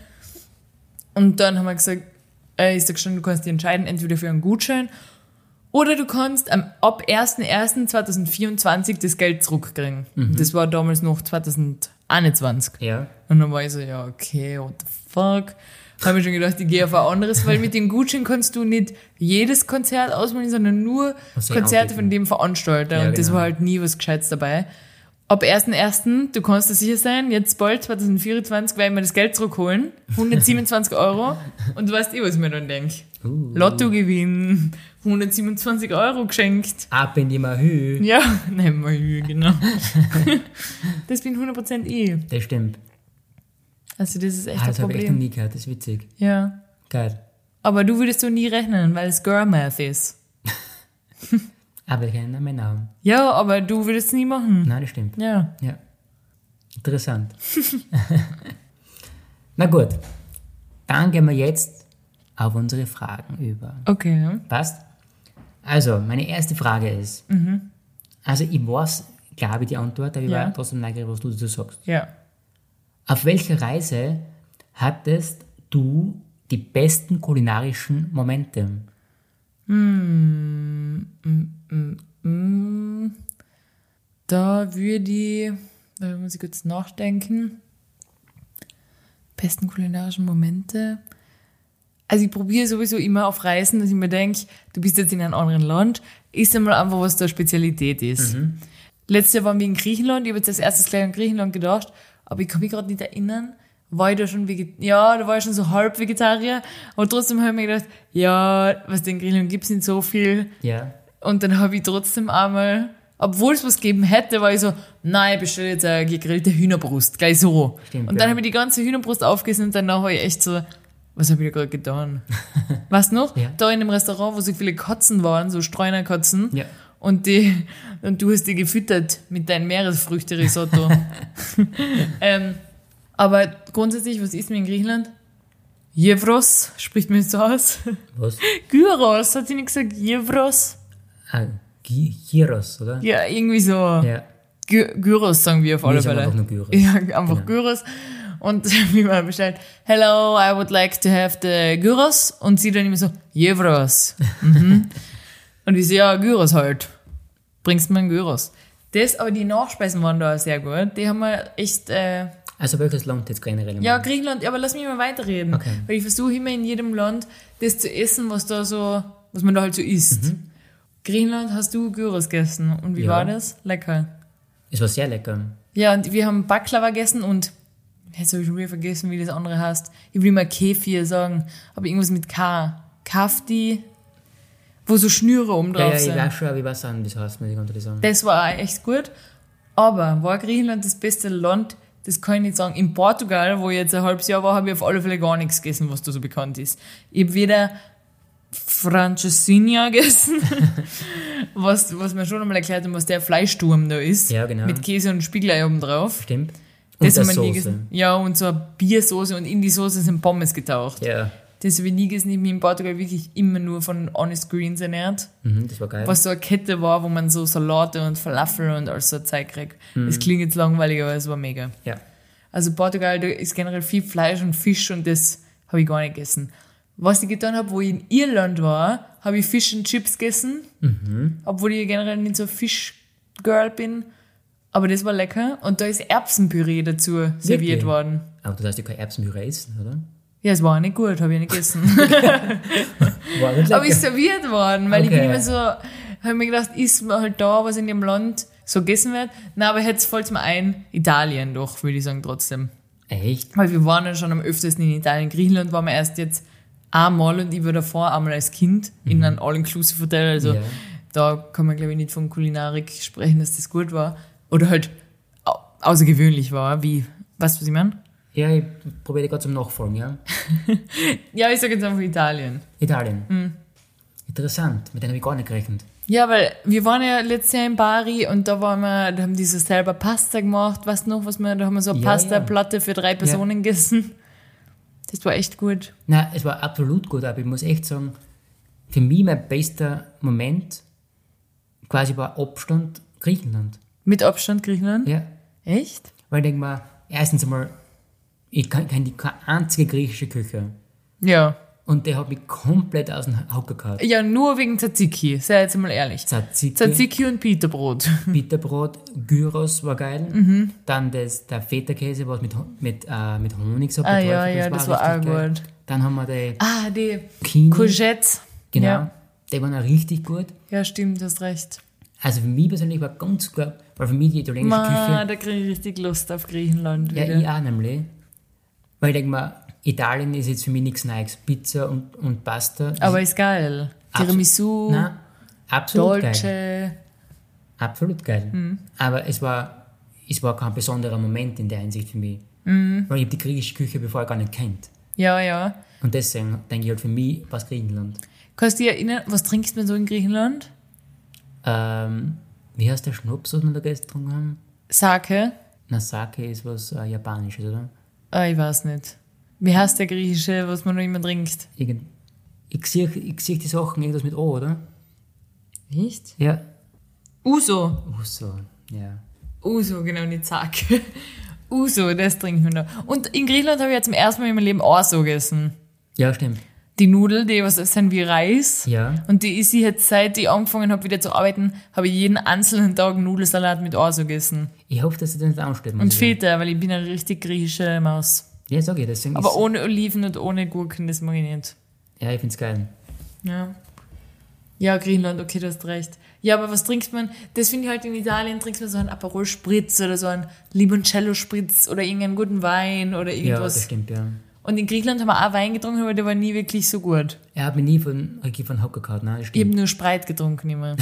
Und dann haben wir gesagt, äh, ist da gestanden, du kannst dich entscheiden, entweder für einen Gutschein oder du kannst am, ab 1.1.2024 das Geld zurückkriegen. Das war damals noch 2021.
Ja.
Und dann war ich so, ja, okay, what the fuck. Habe ich schon gedacht, ich gehe auf ein anderes, weil mit dem Gutschein kannst du nicht jedes Konzert auswählen, sondern nur
Musst du
Konzerte
anklicken.
von dem Veranstalter.
Ja,
und das
genau.
war halt nie was Gescheites dabei. Ab 1.1., du kannst dir sicher sein, jetzt bald, 2024, werde ich mir das Geld zurückholen. 127 Euro. Und du weißt eh, was ich mir dann denke.
Uh.
Lottogewinn, 127 Euro geschenkt.
Ab in die Mahü.
Ja, nein, mal Mühe, genau. das bin 100% ich.
Das stimmt.
Also das ist echt
Ah,
ein
das habe ich echt noch
Problem.
nie gehört, das ist witzig.
Ja.
Geil.
Aber du würdest so nie rechnen, weil es Girl Math ist.
Aber ich kenne meinen Namen.
Ja, aber du würdest es nie machen.
Nein, das stimmt.
Ja.
Ja. Interessant. Na gut. Dann gehen wir jetzt auf unsere Fragen über.
Okay.
Passt? Also, meine erste Frage ist, also ich weiß, glaube ich, die Antwort, aber ich
Mhm. Ja.
war trotzdem neugierig, was du dazu sagst.
Ja.
Auf welcher Reise hattest du die besten kulinarischen Momente?
Da würde ich, da muss ich kurz nachdenken. Besten kulinarischen Momente. Also ich probiere sowieso immer auf Reisen, dass ich mir denke, du bist jetzt in einem anderen Land, isst einmal einfach, was da Spezialität ist. Letztes Jahr waren wir in Griechenland, ich habe jetzt als erstes gleich an Griechenland gedacht, aber ich kann mich gerade nicht erinnern, war ich da schon Vegetarier, ja, da war ich schon so halb Vegetarier, aber trotzdem habe ich mir gedacht, ja, was denn in Griechenland gibt es nicht so viel,
Ja.
und dann habe ich trotzdem einmal, obwohl es was gegeben hätte, war ich so, nein, ich bestelle jetzt eine gegrillte Hühnerbrust, gleich so.
Stimmt,
und dann
ja.
habe ich die ganze Hühnerbrust aufgegessen und danach war ich echt so, was habe ich da gerade getan? was noch?
Ja.
Da in dem Restaurant, wo so viele Katzen waren, so Streunerkatzen.
Ja.
Und, die, und du hast die gefüttert mit deinem Meeresfrüchte-Risotto. ähm, aber grundsätzlich, was isst man in Griechenland? Jevros, spricht man jetzt so aus.
Was?
Gyros, hat sie nicht gesagt? Jevros?
Ah, Gi- Gyros, oder?
Ja, irgendwie so.
Ja.
Gy- Gyros sagen wir auf alle
Nee, sagen wir
Fälle.
einfach nur Genau. Gyros.
Ja, einfach Gyros. Und wie man bestellt, hello, I would like to have the Gyros. Und sie dann immer so, Jevros. mhm. Und ich so, ja, Gyros halt. Bringst mir einen Gyros. Das, aber die Nachspeisen waren da sehr gut. Die haben wir echt, äh,
Also welches Land jetzt generell?
ja, Griechenland, ja, aber lass mich mal weiterreden.
Mhm. Okay.
Weil ich versuche immer in jedem Land das zu essen, was da so, was man da halt so isst. Griechenland hast du Gyros gegessen. Und wie
Mhm. Ja.
war das? Lecker.
Es war sehr lecker.
Ja, und wir haben Baklava gegessen und jetzt habe ich schon wieder vergessen, wie das andere heißt. Ich will immer Kefir sagen, aber irgendwas mit K. Kafti, wo so Schnüre oben
Ja,
drauf
ja, ich
sind.
weiß schon, aber ich weiß auch nicht, wie es heißt, muss ich ganz ehrlich sagen.
Das war auch echt gut. Aber war Griechenland das beste Land? Das kann ich nicht sagen. In Portugal, wo ich jetzt ein halbes Jahr war, habe ich auf alle Fälle gar nichts gegessen, was da so bekannt ist. Ich habe weder Francesinha gegessen, was, was mir schon einmal erklärt haben, was der Fleischturm da ist.
Ja, genau.
Mit Käse und Spiegelei oben drauf.
Stimmt. Und
Das
der
haben wir nie
Soße.
gesehen. Ja, und so eine Biersoße und in die Soße sind Pommes getaucht.
Ja.
Der Souveniges neben mir in Portugal wirklich immer nur von Honest Greens ernährt.
Mhm, das war geil.
Was so eine Kette war, wo man so Salate und Falafel und all so Zeug kriegt.
Mhm.
Das klingt jetzt langweilig, aber es war mega.
Ja.
Also Portugal, da ist generell viel Fleisch und Fisch und das habe ich gar nicht gegessen. Was ich getan habe, wo ich in Irland war, habe ich Fisch und Chips gegessen,
Mhm.
obwohl ich generell nicht so Fischgirl bin. Aber das war lecker. Und da ist Erbsenpüree dazu serviert
Wirklich?
worden.
Aber du darfst ja keine Erbsenpüree essen, oder?
Ja, es war auch nicht gut, habe ich nicht gegessen.
War nicht
Aber ich
lecker.
serviert worden, weil ich
Okay.
bin immer so, habe mir gedacht, ist man halt da, was in dem Land so gegessen wird. Na, aber jetzt fällt mir ein, Italien doch, würde ich sagen, trotzdem.
Echt?
Weil wir waren ja schon am öftesten in Italien. Griechenland waren wir erst jetzt einmal und ich war davor einmal als Kind in einem All-Inclusive-Hotel. Also
Mhm. Ja.
da kann man, glaube ich, nicht von Kulinarik sprechen, dass das gut war. Oder halt au- außergewöhnlich war, wie, weißt du, was ich meine?
Ja, ich probiere gerade zum Nachfolgen, ja.
Ja, ich sage jetzt einfach Italien.
Italien.
Mhm.
Interessant, mit denen habe ich gar nicht gerechnet.
Ja, weil wir waren ja letztes Jahr in Bari und da waren wir, da haben die so selber Pasta gemacht, was noch, was wir, da haben wir so eine
Ja,
Pasta-Platte für drei Personen gegessen. Das war echt gut.
Nein, es war absolut gut, aber ich muss echt sagen, für mich mein bester Moment quasi war Abstand Griechenland.
Mit Abstand Griechenland?
Ja,
Echt?
weil ich denke mal, erstens einmal, ich kann- kenne die- keine einzige griechische Küche.
Ja.
Und der hat mich komplett aus dem Hocker gehabt.
Ja, nur wegen Tzatziki, sei jetzt mal ehrlich.
Tzatziki,
Tzatziki und Pita-Brot.
Bitterbrot, Gyros war geil.
Mhm.
Dann das, der Feta-Käse, was mit, Ho- mit, äh, mit Honig so
Ah, ja,
beträufelt,
ja, das war
richtig
auch
geil.
gut.
Dann haben wir die
Ah, die
Kini.
Courgettes.
Genau.
Ja,
Die waren auch richtig gut.
ja stimmt, du hast recht.
Also für mich persönlich war ganz klar, weil für mich die italienische
Ma,
Küche.
da kriege ich richtig Lust auf Griechenland wieder.
Ja, ich auch nämlich. Weil ich denke mal, Italien ist jetzt für mich nichts Neues. Pizza und, und Pasta. das
Aber ist geil.
Absolut.
Tiramisu,
ist, nein, absolut geil.
Dolce.
Absolut geil.
Mhm.
Aber es war, es war kein besonderer Moment in der Hinsicht für mich.
Mhm.
Weil ich hab die griechische Küche bevor gar nicht kennt.
Ja, ja.
Und deswegen denke ich halt für mich, was Griechenland.
Kannst du dich erinnern, was trinkst du so in Griechenland?
Ähm, wie heißt der Schnaps, was wir da gestern getrunken haben?
Sake?
Nasake ist was äh, Japanisches, oder?
Ah, ich weiß nicht. Wie heißt der griechische, was man noch immer trinkt?
Irgend ich sehe ich seh die Sachen irgendwas mit O, oder?
Nicht?
Ja.
Uso.
Oh, so. Ja.
Uso, genau, nicht Sake. Uso, das trinkt man da. Und in Griechenland habe ich ja zum ersten Mal in meinem Leben Orso gegessen.
Ja, stimmt.
Die Nudel, die was sind wie Reis.
Ja.
Und die ist ich jetzt, seit ich angefangen habe, wieder zu arbeiten, habe ich jeden einzelnen Tag Nudelsalat mit Orso gegessen.
Ich hoffe, dass es das nicht ansteht. muss
Und
ich sagen.
Feta, weil ich bin eine richtig griechische Maus.
Ja, sag ich, deswegen
Aber
ist,
ohne Oliven und ohne Gurken, das mag ich nicht.
Ja, ich find's geil.
Ja. Ja, Griechenland, okay, du hast recht. Ja, aber was trinkt man? Das finde ich halt in Italien, trinkt man so einen Aperol Spritz oder so einen Limoncello Spritz oder irgendeinen guten Wein oder
Ja, das
irgendwas.
stimmt, ja.
und in Griechenland haben wir auch Wein getrunken, aber der war nie wirklich so gut.
Er hat mich nie von Ricky von Hocker gehabt, ne? Das
Ich
stimmt.
habe nur Spreit getrunken immer.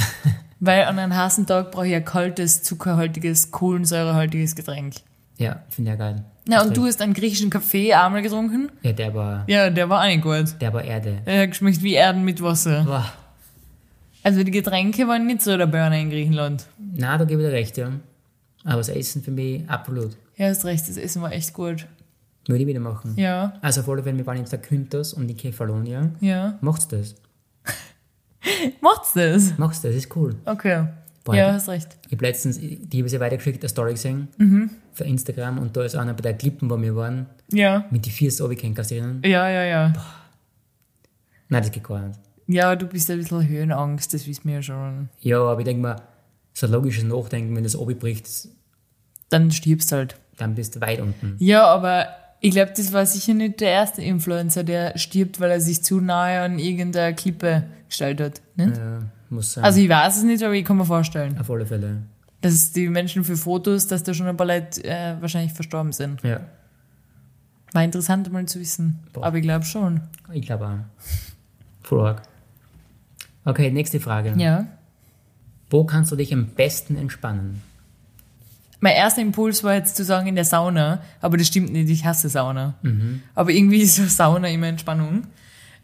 Weil an einem heißen Tag brauche ich ein kaltes, zuckerhaltiges, kohlensäurehaltiges Getränk.
Ja, finde ich ja geil.
Na,
Hast
und du
recht.
hast einen griechischen Kaffee einmal getrunken?
Ja, der war,
Ja, der war auch nicht gut.
der war Erde.
Der hat geschmeckt wie Erden mit Wasser.
Boah.
Also die Getränke waren nicht so der Burner in Griechenland.
Na, da gebe ich dir recht, ja. Aber das Essen für mich absolut.
Ja, hast recht, das Essen war echt gut.
Würde ich wieder machen.
Ja,
Also auf alle Fälle, wir waren jetzt der Küntas und in Kefalonia.
ja.
Macht's das.
Macht's das?
Macht's das, ist cool.
Okay.
Boah,
Ja, hast recht.
Ich habe letztens, die habe ich ja weitergeschickt, eine Story gesehen
Mhm.
für Instagram und da ist einer bei der Klippen, wo wir waren,
Ja.
mit die Fierce runtergegangen, kannst du dich erinnern?
Ja, ja, ja.
Nein, das geht gar nicht.
Ja, du bist ein bisschen Höhenangst, das wissen wir ja schon.
Ja, aber ich denke mal, so ein logisches Nachdenken, wenn das runterbricht,
Dann stirbst halt.
dann bist du weit unten.
Ja, aber ich glaube, das war sicher nicht der erste Influencer, der stirbt, weil er sich zu nahe an irgendeiner Klippe gestellt hat. Ne?
Äh, muss sein.
Also ich weiß es nicht, aber ich kann mir vorstellen,
auf alle Fälle.
dass die Menschen für Fotos, dass da schon ein paar Leute äh, wahrscheinlich verstorben sind.
Ja,
War interessant mal zu wissen.
Boah.
Aber ich glaube schon.
ich glaube auch. Voll arg. Okay, nächste Frage.
Ja.
Wo kannst du dich am besten entspannen?
Mein erster Impuls war jetzt zu sagen in der Sauna, aber das stimmt nicht, ich hasse Sauna. Aber irgendwie ist so Sauna immer Entspannung.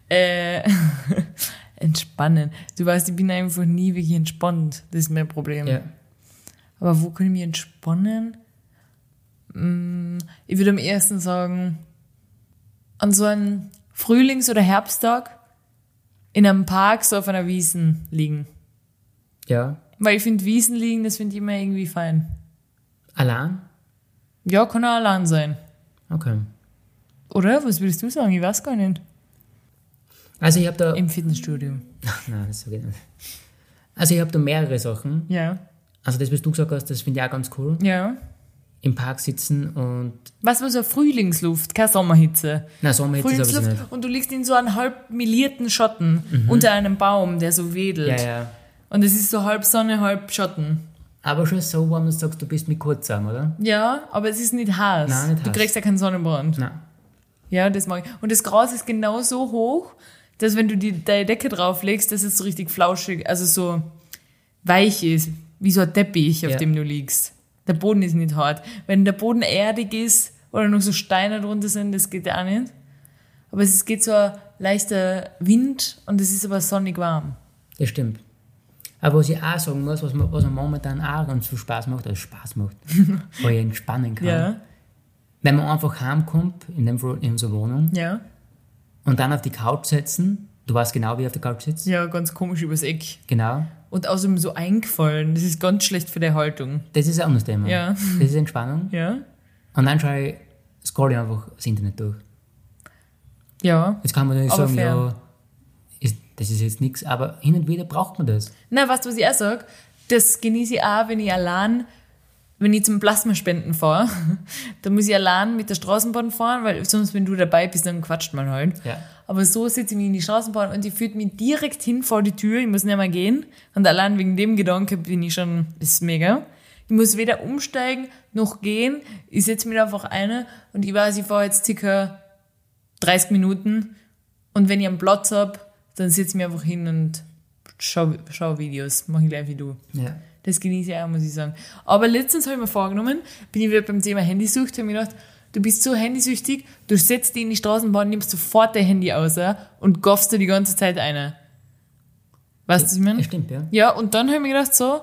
Äh, entspannen. Du weißt, ich bin einfach nie wirklich entspannt. Das ist mein Problem.
Ja.
Aber wo kann ich mich entspannen? Mm, Ich würde am ersten sagen, an so einem Frühlings- oder Herbsttag in einem Park so auf einer Wiesen liegen.
Ja.
Weil ich finde, Wiesen liegen, das finde ich immer irgendwie fein.
Allein?
Ja, kann auch allein sein.
Okay.
Oder? Was würdest du sagen? Ich weiß gar nicht.
Also ich habe da.
Im Fitnessstudio.
Nein, das sag ich nicht. Also ich habe da mehrere Sachen.
Ja.
Also das, was du gesagt hast, das finde ich auch ganz cool.
Ja.
Im Park sitzen und.
Was war so Frühlingsluft, keine Sommerhitze.
Na, Sommerhitze ist aber nicht.
Frühlingsluft und du liegst in so einem halb melierten Schatten unter einem Baum, der so wedelt.
Mhm. Ja, ja.
Und es ist so halb Sonne, halb Schatten.
Aber schon so warm, dass du sagst, du bist mit kurzarm, oder?
Ja, aber es ist nicht heiß.
Nein, nicht
du
heiß.
kriegst ja keinen Sonnenbrand.
Nein.
Ja, das mag ich. Und das Gras ist genau so hoch, dass wenn du die, deine Decke drauflegst, dass es so richtig flauschig, also so weich ist, wie so ein Teppich, auf
Ja.
dem du liegst. Der Boden ist nicht hart. Wenn der Boden erdig ist oder noch so Steine drunter sind, das geht ja auch nicht. Aber es geht so ein leichter Wind und es ist aber sonnig warm.
Das stimmt. Aber was ich auch sagen muss, was mir, was mir momentan auch ganz viel Spaß macht, also Spaß macht, weil ich entspannen kann.
Ja,
Wenn man einfach heimkommt, in, dem, Fall in unsere Wohnung,
ja.
und dann auf die Couch setzen, du weißt genau, wie ich auf der Couch sitzt,
Ja, ganz komisch übers Eck.
genau,
Und außerdem so eingefallen. Das ist ganz schlecht für die Haltung.
das ist auch noch das Thema.
Ja.
Das ist Entspannung.
Ja?
Und dann schaue ich, scroll ich einfach das Internet durch.
Ja.
Jetzt kann man natürlich
Aber
sagen,
fair.
ja, ist, das ist jetzt nichts, aber hin und wieder braucht man das.
Na, weißt du, was ich auch sag? Das genieße ich auch, wenn ich allein, wenn ich zum Plasmaspenden fahre. da muss ich allein mit der Straßenbahn fahren, weil sonst, wenn du dabei bist, dann quatscht man halt.
Ja.
Aber so sitze ich mich in die Straßenbahn und die führt mich direkt hin vor die Tür. Ich muss nicht mehr gehen. Und allein wegen dem Gedanken bin ich schon, ist mega. Ich muss weder umsteigen noch gehen. Ich setze mich da einfach eine und ich weiß, ich fahre jetzt circa 30 Minuten. Und wenn ich einen Platz habe, dann sitze ich mir einfach hin und schau, schau Videos. Mache ich gleich wie du.
Ja.
Das genieße ich auch, muss ich sagen. Aber letztens habe ich mir vorgenommen, bin ich wieder beim Thema Handysucht, habe mir gedacht, du bist so handysüchtig, du setzt dich in die Straßenbahn, nimmst sofort dein Handy aus ja, und goffst dir die ganze Zeit eine. Weißt du, was Also ich meine?
Das stimmt, ja.
Ja, und dann habe ich mir gedacht, so,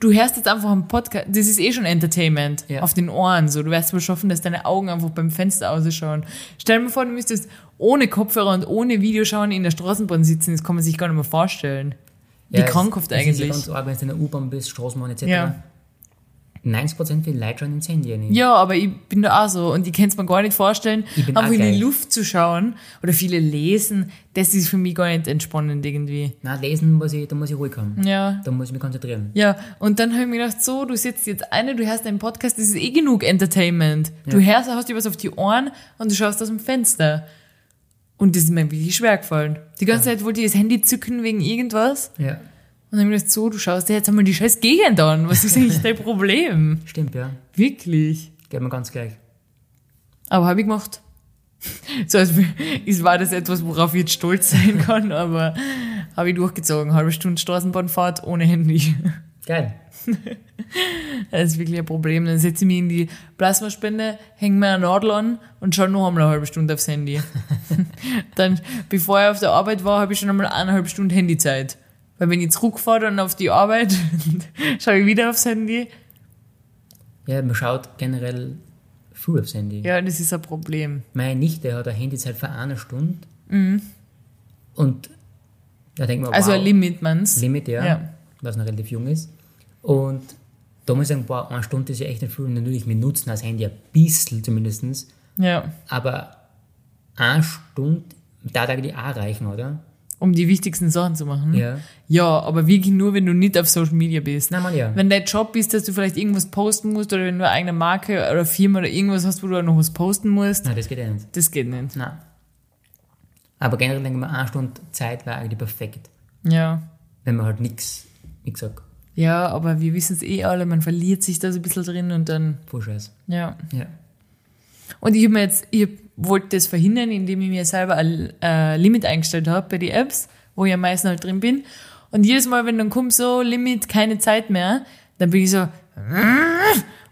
du hörst jetzt einfach einen Podcast, das ist eh schon Entertainment
Ja.
auf den Ohren, so, du wirst wohl schaffen, dass deine Augen einfach beim Fenster ausschauen. Stell dir vor, du müsstest ohne Kopfhörer und ohne Video schauen in der Straßenbahn sitzen, das kann man sich gar nicht mehr vorstellen. Wie
ja, es-
krankhaft
es Ist ja
eigentlich.
ganz arg, wenn du in der U-Bahn bist, Straßenbahn etc.
Ja.
90% der Leute schauen ins Handy rein.
Ja, aber ich bin da auch so und ich kann es mir gar nicht vorstellen,
Ich bin
einfach
auch
in die
gleich.
Luft zu schauen oder viele lesen, das ist für mich gar nicht entspannend irgendwie.
Nein, lesen muss ich, da muss ich ruhig kommen.
Ja.
Da muss ich mich konzentrieren.
Ja, und dann habe ich mir gedacht, so, du sitzt jetzt eine, du hörst einen Podcast, das ist eh genug Entertainment. Du hörst, hast dir was auf die Ohren und du schaust aus dem Fenster. Und das ist mir wirklich schwer gefallen. Die ganze Zeit wollte ich das Handy zücken wegen irgendwas.
Ja.
Und dann habe ich mir gedacht, so, du schaust dir jetzt einmal die scheiß Gegend an. Was ist eigentlich dein Problem?
Stimmt, ja.
Wirklich.
Geht mir ganz gleich.
Aber habe ich gemacht. So, als ist, war das etwas, worauf ich jetzt stolz sein kann, aber habe ich durchgezogen. Halbe Stunde Straßenbahnfahrt ohne Handy.
Geil.
Das ist wirklich ein Problem. Dann setze ich mich in die Plasmaspende, hänge mir eine Nadel an und schaue noch einmal eine halbe Stunde aufs Handy. Dann, bevor ich auf der Arbeit war, habe ich schon einmal eineinhalb Stunden Handyzeit. Weil wenn ich zurückfahre dann auf die Arbeit, schaue ich wieder aufs Handy.
Ja, man schaut generell viel aufs Handy.
Ja, das ist ein Problem.
Meine Nichte hat eine Handyzeit von einer Stunde. Und da denkt man,
Mhm. Also
wow,
ein Limit, man's.
Limit, ja,
Ja.
Was noch relativ jung ist. Und da muss ich sagen, boah, eine Stunde ist ja echt nicht viel. Natürlich, wir nutzen das Handy ein bisschen zumindestens.
Ja.
Aber eine Stunde, da darf die auch reichen, oder?
Um die wichtigsten Sachen zu machen.
Ja.
Ja, aber wirklich nur, wenn du nicht auf Social Media bist.
Nein, man ja.
Wenn dein Job ist, dass du vielleicht irgendwas posten musst oder wenn du eine eigene Marke oder Firma oder irgendwas hast, wo du auch noch was posten musst,
Nein, das geht ja nicht.
das geht nicht.
Nein. Aber generell denke ich mir, eine Stunde Zeit wäre eigentlich perfekt,
Ja.
wenn man halt nichts nichts sagt.
Ja, aber wir wissen es eh alle, man verliert sich da so ein bisschen drin und dann,
Voll scheiß.
ja.
Ja.
Und ich habe mir jetzt, ich wollte das verhindern, indem ich mir selber ein äh, Limit eingestellt habe bei die Apps, wo ich am meisten halt drin bin. Und jedes Mal, wenn dann kommt so Limit, keine Zeit mehr, dann bin ich so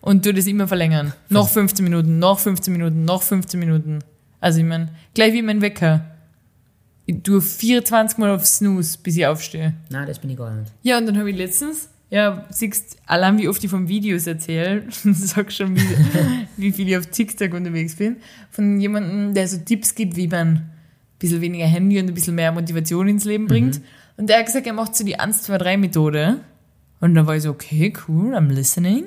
und tu das immer verlängern. Noch 15 Minuten, noch 15 Minuten, noch 15 Minuten. Also ich meine, gleich wie mein Wecker. Ich tue 24 Mal auf Snooze, bis ich aufstehe.
Nein, das bin ich gar nicht.
Ja, und dann habe ich letztens, ja, siehst allein wie oft ich von Videos erzähle, sag schon, wie, wie viel ich auf TikTok unterwegs bin, von jemandem, der so Tipps gibt, wie man bisschen weniger Handy und ein bisschen mehr Motivation ins Leben bringt. Und er hat gesagt, er macht so die 1-2-3-Methode. Und dann war ich so, okay, cool, I'm listening.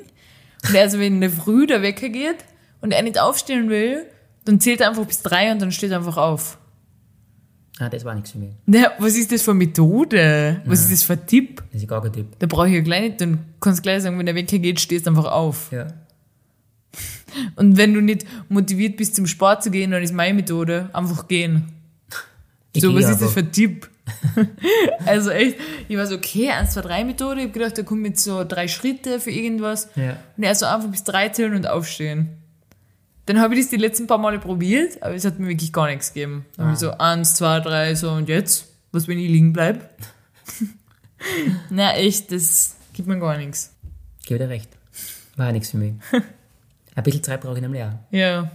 Und er so, wenn in der Früh der Wecker geht und er nicht aufstehen will, dann zählt er einfach bis drei und dann steht er einfach auf.
Ah, das war nichts für mich.
Na, was ist das für eine Methode? Was ist das für ein Tipp?
Das ist gar kein Tipp.
Da brauche ich ja gleich nicht, dann kannst du gleich sagen, wenn der Wecker geht, stehst einfach auf.
Ja.
Und wenn du nicht motiviert bist, zum Sport zu gehen, dann ist meine Methode, einfach gehen.
Ich
so,
geh
was ist das
einfach.
für ein Tipp? also echt, ich war so, okay, 1, 2, 3 Methode. Ich habe gedacht, da kommt jetzt so drei Schritte für irgendwas.
Ja.
Und er so einfach bis drei zählen und aufstehen. Dann habe ich das die letzten paar Male probiert, aber es hat mir wirklich gar nichts gegeben. Dann
Ah.
habe ich so, eins, zwei, drei, so und jetzt? Was, wenn ich liegen bleib? Na echt, das gibt mir gar nichts.
Gebe dir recht. War nichts für mich. Ein bisschen Zeit brauche ich nämlich auch.
Ja.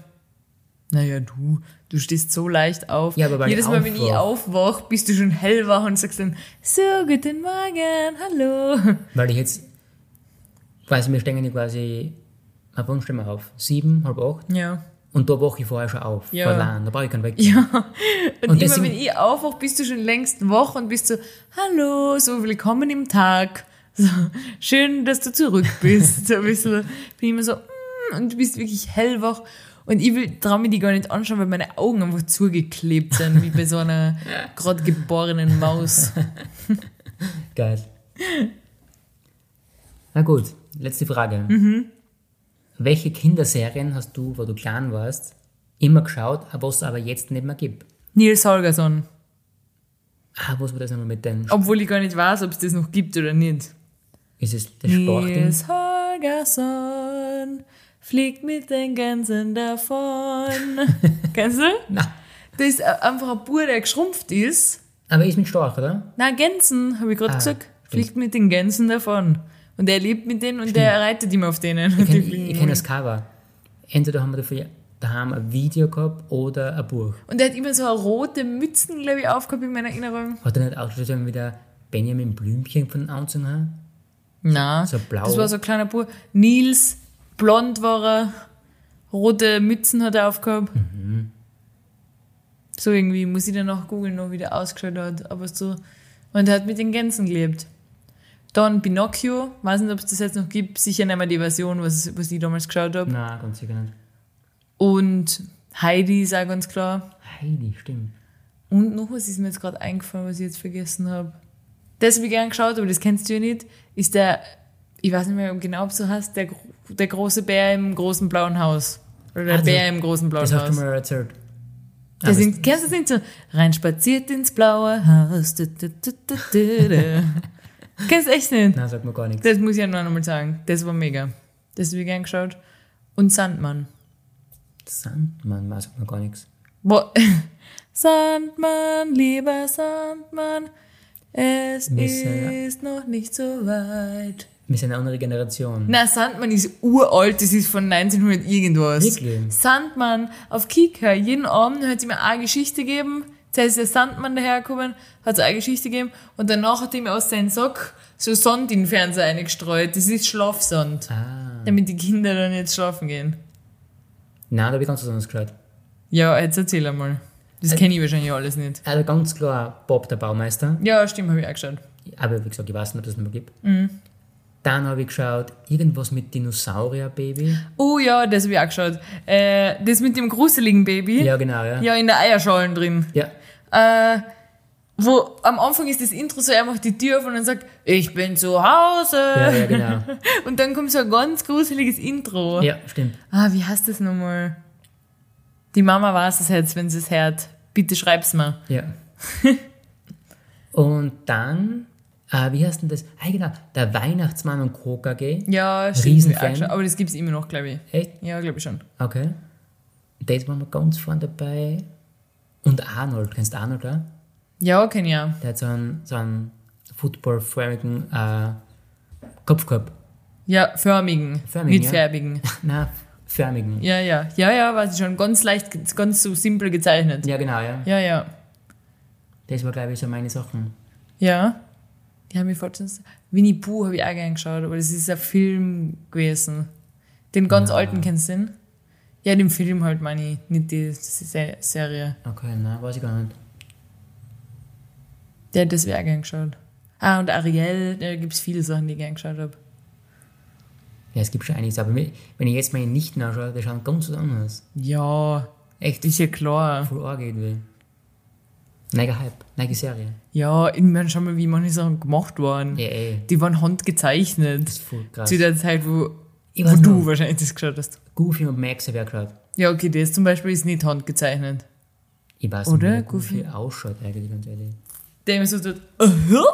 Naja, du, du stehst so leicht auf.
Ja, aber beim
Jedes Mal, wenn ich
Aufwach-
aufwach, bist du schon hellwach und sagst dann, so, guten Morgen, hallo.
Weil ich jetzt, quasi, wir stehen ja quasi, mein Wunsch steht mir auf, sieben, halb acht.
Ja.
Und da wache ich vorher schon auf.
Ja.
Ja. da brauche ich keinen Weg.
Ja. Und,
Und
immer
deswegen-
wenn ich aufwache, bist du schon längst wach und bist so, hallo, so willkommen im Tag. So, schön, dass du zurück bist. So ein bisschen, bin ich immer so, "Mm", und du bist wirklich hellwach. Und ich will trau mir die gar nicht anschauen, weil meine Augen einfach zugeklebt sind, wie bei so einer gerade geborenen Maus.
Geil. Na gut, letzte Frage.
Mhm.
Welche Kinderserien hast du, wo du klein warst, immer geschaut, aber was es aber jetzt nicht mehr gibt?
Nils Holgersson.
Ah, was war das nochmal mit den...
Obwohl ich gar nicht weiß, ob es das noch gibt oder nicht.
Ist es das Sportding?
Nils Holgersson fliegt mit den Gänsen davon. Kennst du?
Nein.
Das ist einfach ein Bub, der geschrumpft ist.
Aber ist mit Storch, oder?
Na, Gänsen, habe ich gerade
Ah,
gesagt.
stimmt.
Fliegt mit den Gänsen davon. Und er lebt mit denen und der reitet immer auf denen.
Ich kenn- Ich kenne das Cover. Entweder haben wir dafür daheim ein Video gehabt oder ein Buch.
und er hat immer so eine rote Mützen, glaube ich, aufgehabt in meiner Erinnerung.
Hat er nicht ausgeschlossen wieder Benjamin Blümchen von den Anzug haben?
Na,
So blau.
das war so ein kleiner Bub. Nils, blond war er, rote Mützen hat er aufgehabt. So irgendwie, muss ich dann noch googeln, noch wie der ausgeschaut hat. Aber so, und er hat mit den Gänsen gelebt. Don Pinocchio, weiß nicht, ob es das jetzt noch gibt, sicher nicht mehr die Version, was, was ich damals geschaut habe.
Nein, ganz sicher nicht.
Und Heidi ist auch ganz klar.
Heidi, stimmt.
Und noch was ist mir jetzt gerade eingefallen, was ich jetzt vergessen habe. Das habe ich gern geschaut, aber das kennst du ja nicht. Ist der, ich weiß nicht mehr genau, ob du so hast, der, gro- der große Bär im großen blauen Haus. Oder der
Ah, das-
Bär im großen blauen
Das hast du
Haus.
mir erzählt. Ah,
Der singt, kennst du das nicht so? Rein spaziert ins blaue Haus. Du, du, du, du, du, du. kennst du echt nicht?
Nein, sagt mir gar nichts.
Das muss ich ja noch einmal sagen. Das war mega. Das habe ich gern geschaut. Und Sandmann.
Sandmann, nein, sagt mir gar nichts.
Boah. Sandmann, lieber Sandmann, es
Wir sind-
ist noch nicht so weit.
Wir sind eine andere Generation.
Na, Sandmann ist uralt, das ist von 1900 irgendwas.
Wirklich?
Sandmann auf Kika, jeden Abend hat sie mir eine Geschichte gegeben. Zuerst ist der Sandmann dahergekommen, hat es eine Geschichte gegeben und danach hat er mir aus seinem Sock so Sand in den Fernseher eingestreut. Das ist Schlafsand,
Ah.
damit die Kinder dann jetzt schlafen gehen.
Nein, da habe ich ganz was anderes gehört.
Ja, jetzt erzähl einmal. Das kenne ich wahrscheinlich alles nicht.
Also ganz klar Bob der Baumeister.
Ja, stimmt, habe ich auch geschaut.
Aber wie gesagt, ich weiß nicht, ob das noch mal gibt.
Mhm.
Dann habe ich geschaut, irgendwas mit Dinosaurierbaby.
Oh ja, das habe ich auch geschaut. Äh, das mit dem gruseligen Baby.
Ja, genau, ja.
Ja, in der Eierschalen drin.
Ja,
Äh, wo am Anfang ist das Intro so, er macht die Tür auf und dann sagt, ich bin zu Hause.
ja, ja genau.
Und dann kommt so ein ganz gruseliges Intro.
ja, stimmt.
Ah, wie heißt das nochmal? Die Mama weiß es jetzt, wenn sie es hört. Bitte schreib's mir.
Ja. und dann, äh, wie heißt denn das? Ah, genau, der Weihnachtsmann und Co. KG.
Ja, stimmt.
Riesenfan.
hab ich auch geschaut. Aber das gibt's immer noch, glaube ich.
Echt?
Ja, glaube ich schon.
Okay. Das waren wir ganz vorne dabei. Und Arnold, kennst du Arnold, oder?
Ja, kenn ich auch.
Der hat so einen, so einen footballförmigen äh, Kopfkorb.
Ja, förmigen.
Förmigen,
Nicht
ja.
färbigen.
Na, förmigen.
Ja, ja, ja, ja, weiß ich schon. Ganz leicht, ge- ganz so simpel gezeichnet.
Ja, genau, ja.
Ja, ja,
Das war, glaube ich, so meine Sachen.
ja. Die haben mich fortgesetzt. Winnie Pooh habe ich auch gern geschaut, aber das ist ein Film gewesen. Den ganz alten kennst du den? Ja, den Film halt, meine ich, nicht die Se- Serie.
Okay, na, weiß ich gar nicht.
Ja, das wäre auch gern geschaut. Ah, und Ariel, da gibt es viele Sachen, die ich gern geschaut habe.
Ja, es gibt schon einiges, aber wenn ich jetzt meine Nichten anschaue, die schauen ganz was anderes.
Ja,
Echt,
ist ja klar.
voll arg irgendwie. Neige Hype, neige Serie.
Ja, ich meine, schau mal, wie manche Sachen gemacht waren.
Ja, ey,
Die waren handgezeichnet.
das ist voll krass.
Zu der Zeit, wo,
Ich
wo
weiß
du
noch,
wahrscheinlich das geschaut hast.
Goofy und Max habe ich auch gerade.
Ja, okay, das zum Beispiel ist nicht handgezeichnet.
Ich weiß
Oder?
nicht, wie der Goofy ausschaut eigentlich, ganz ehrlich.
Der immer so tut, aha?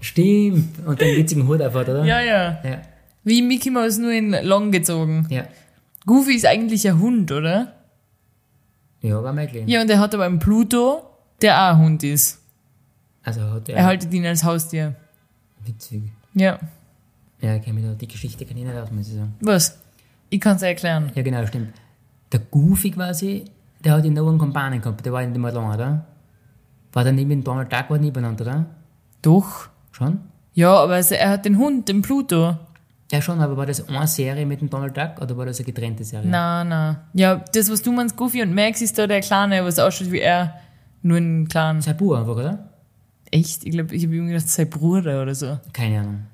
Stimmt, und den witzigen Hut aufhat, oder?
Ja, ja.
Ja,
Wie Mickey Mouse nur in Long gezogen.
ja.
Goofy ist eigentlich ein Hund, oder?
Ja, war möglich.
Ja, und er hat aber einen Pluto, der auch ein Hund ist.
Also hat er,
Er haltet ihn als Haustier.
witzig.
Ja.
Ja, ich kenne mich da, die Geschichte kann ich nicht aus, muss ich sagen.
Was? Ich kann es erklären.
Ja, genau, stimmt. Der Goofy quasi, der hat ja noch einen Kompanen gehabt, der war nicht mehr lang, oder? War dann nicht mit Donald Duck war nebeneinander, oder?
Doch.
Schon?
Ja, aber also er hat den Hund, den Pluto.
Ja, schon, aber war das eine Serie mit dem Donald Duck oder war das eine getrennte Serie?
Na, na. Ja, das, was du meinst, Goofy und Max, ist da der Kleine, was ausschaut wie er. Nur ein Clan.
Sein Bruder einfach, oder?
Echt? Ich glaube, ich habe irgendwie gedacht, sein Bruder oder so.
Keine Ahnung.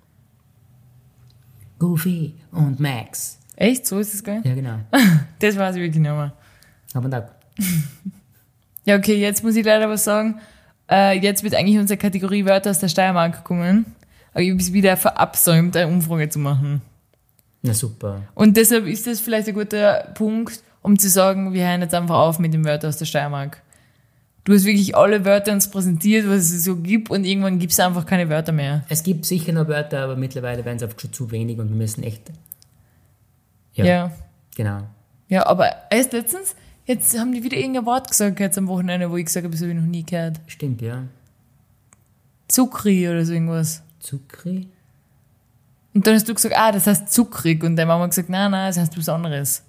Goofy und Max.
Echt? So ist es geil?
Ja, genau.
Das weiß ich wirklich nicht mehr.
Aber da,
Ja, okay, jetzt muss ich leider was sagen. Äh, jetzt wird eigentlich unsere Kategorie Wörter aus der Steiermark kommen. Aber ich habe es wieder verabsäumt, eine Umfrage zu machen.
na super.
Und deshalb ist das vielleicht ein guter Punkt, um zu sagen, wir hören jetzt einfach auf mit den Wörtern aus der Steiermark. Du hast wirklich alle Wörter uns präsentiert, was es so gibt, und irgendwann gibt es einfach keine Wörter mehr.
Es gibt sicher noch Wörter, aber mittlerweile werden es einfach schon zu wenig und wir müssen echt. Ja.
Ja. ja.
Genau.
aber erst letztens, jetzt haben die wieder irgendein Wort gesagt, jetzt am Wochenende, wo ich gesagt habe, das habe ich noch nie gehört.
Stimmt, ja.
Zuckri oder so irgendwas.
Zucki?
Und dann hast du gesagt, ah, das heißt zuckrig. Und deine Mama hat gesagt, nein, nein, das heißt was anderes.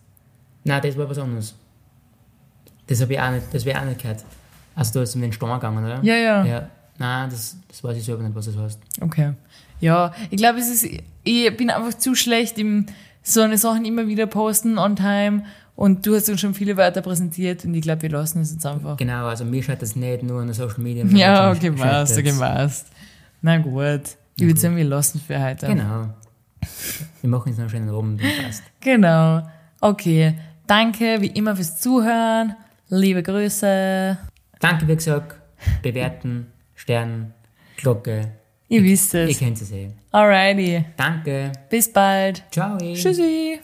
Nein, das war was anderes. Das habe ich auch nicht, das wäre auch nicht gehört. Also da ist es um den Storm gegangen, oder?
Ja, ja.
ja. Nein, das, das weiß ich selber nicht, was das heißt.
Okay. Ja, ich glaube, es ist, ich bin einfach zu schlecht im so eine Sachen immer wieder posten on time. Und du hast uns schon viele Wörter präsentiert und ich glaube, wir lassen es jetzt einfach.
Genau, also mir schaut das nicht nur an der Social Media.
Ja,
Management
okay, passt,
scheitert.
okay, passt. Na gut. Ich würde sagen, wir lassen es für heute.
Genau. Wir machen jetzt noch einen schönen Abend. dann passt.
Genau. Okay. Danke, wie immer, fürs Zuhören. Liebe Grüße.
Danke, wie gesagt. Bewerten, Stern, Glocke.
Ihr wisst
Ihr
es.
kennt es eh.
Alrighty.
Danke.
Bis bald.
Ciao.
Tschüssi.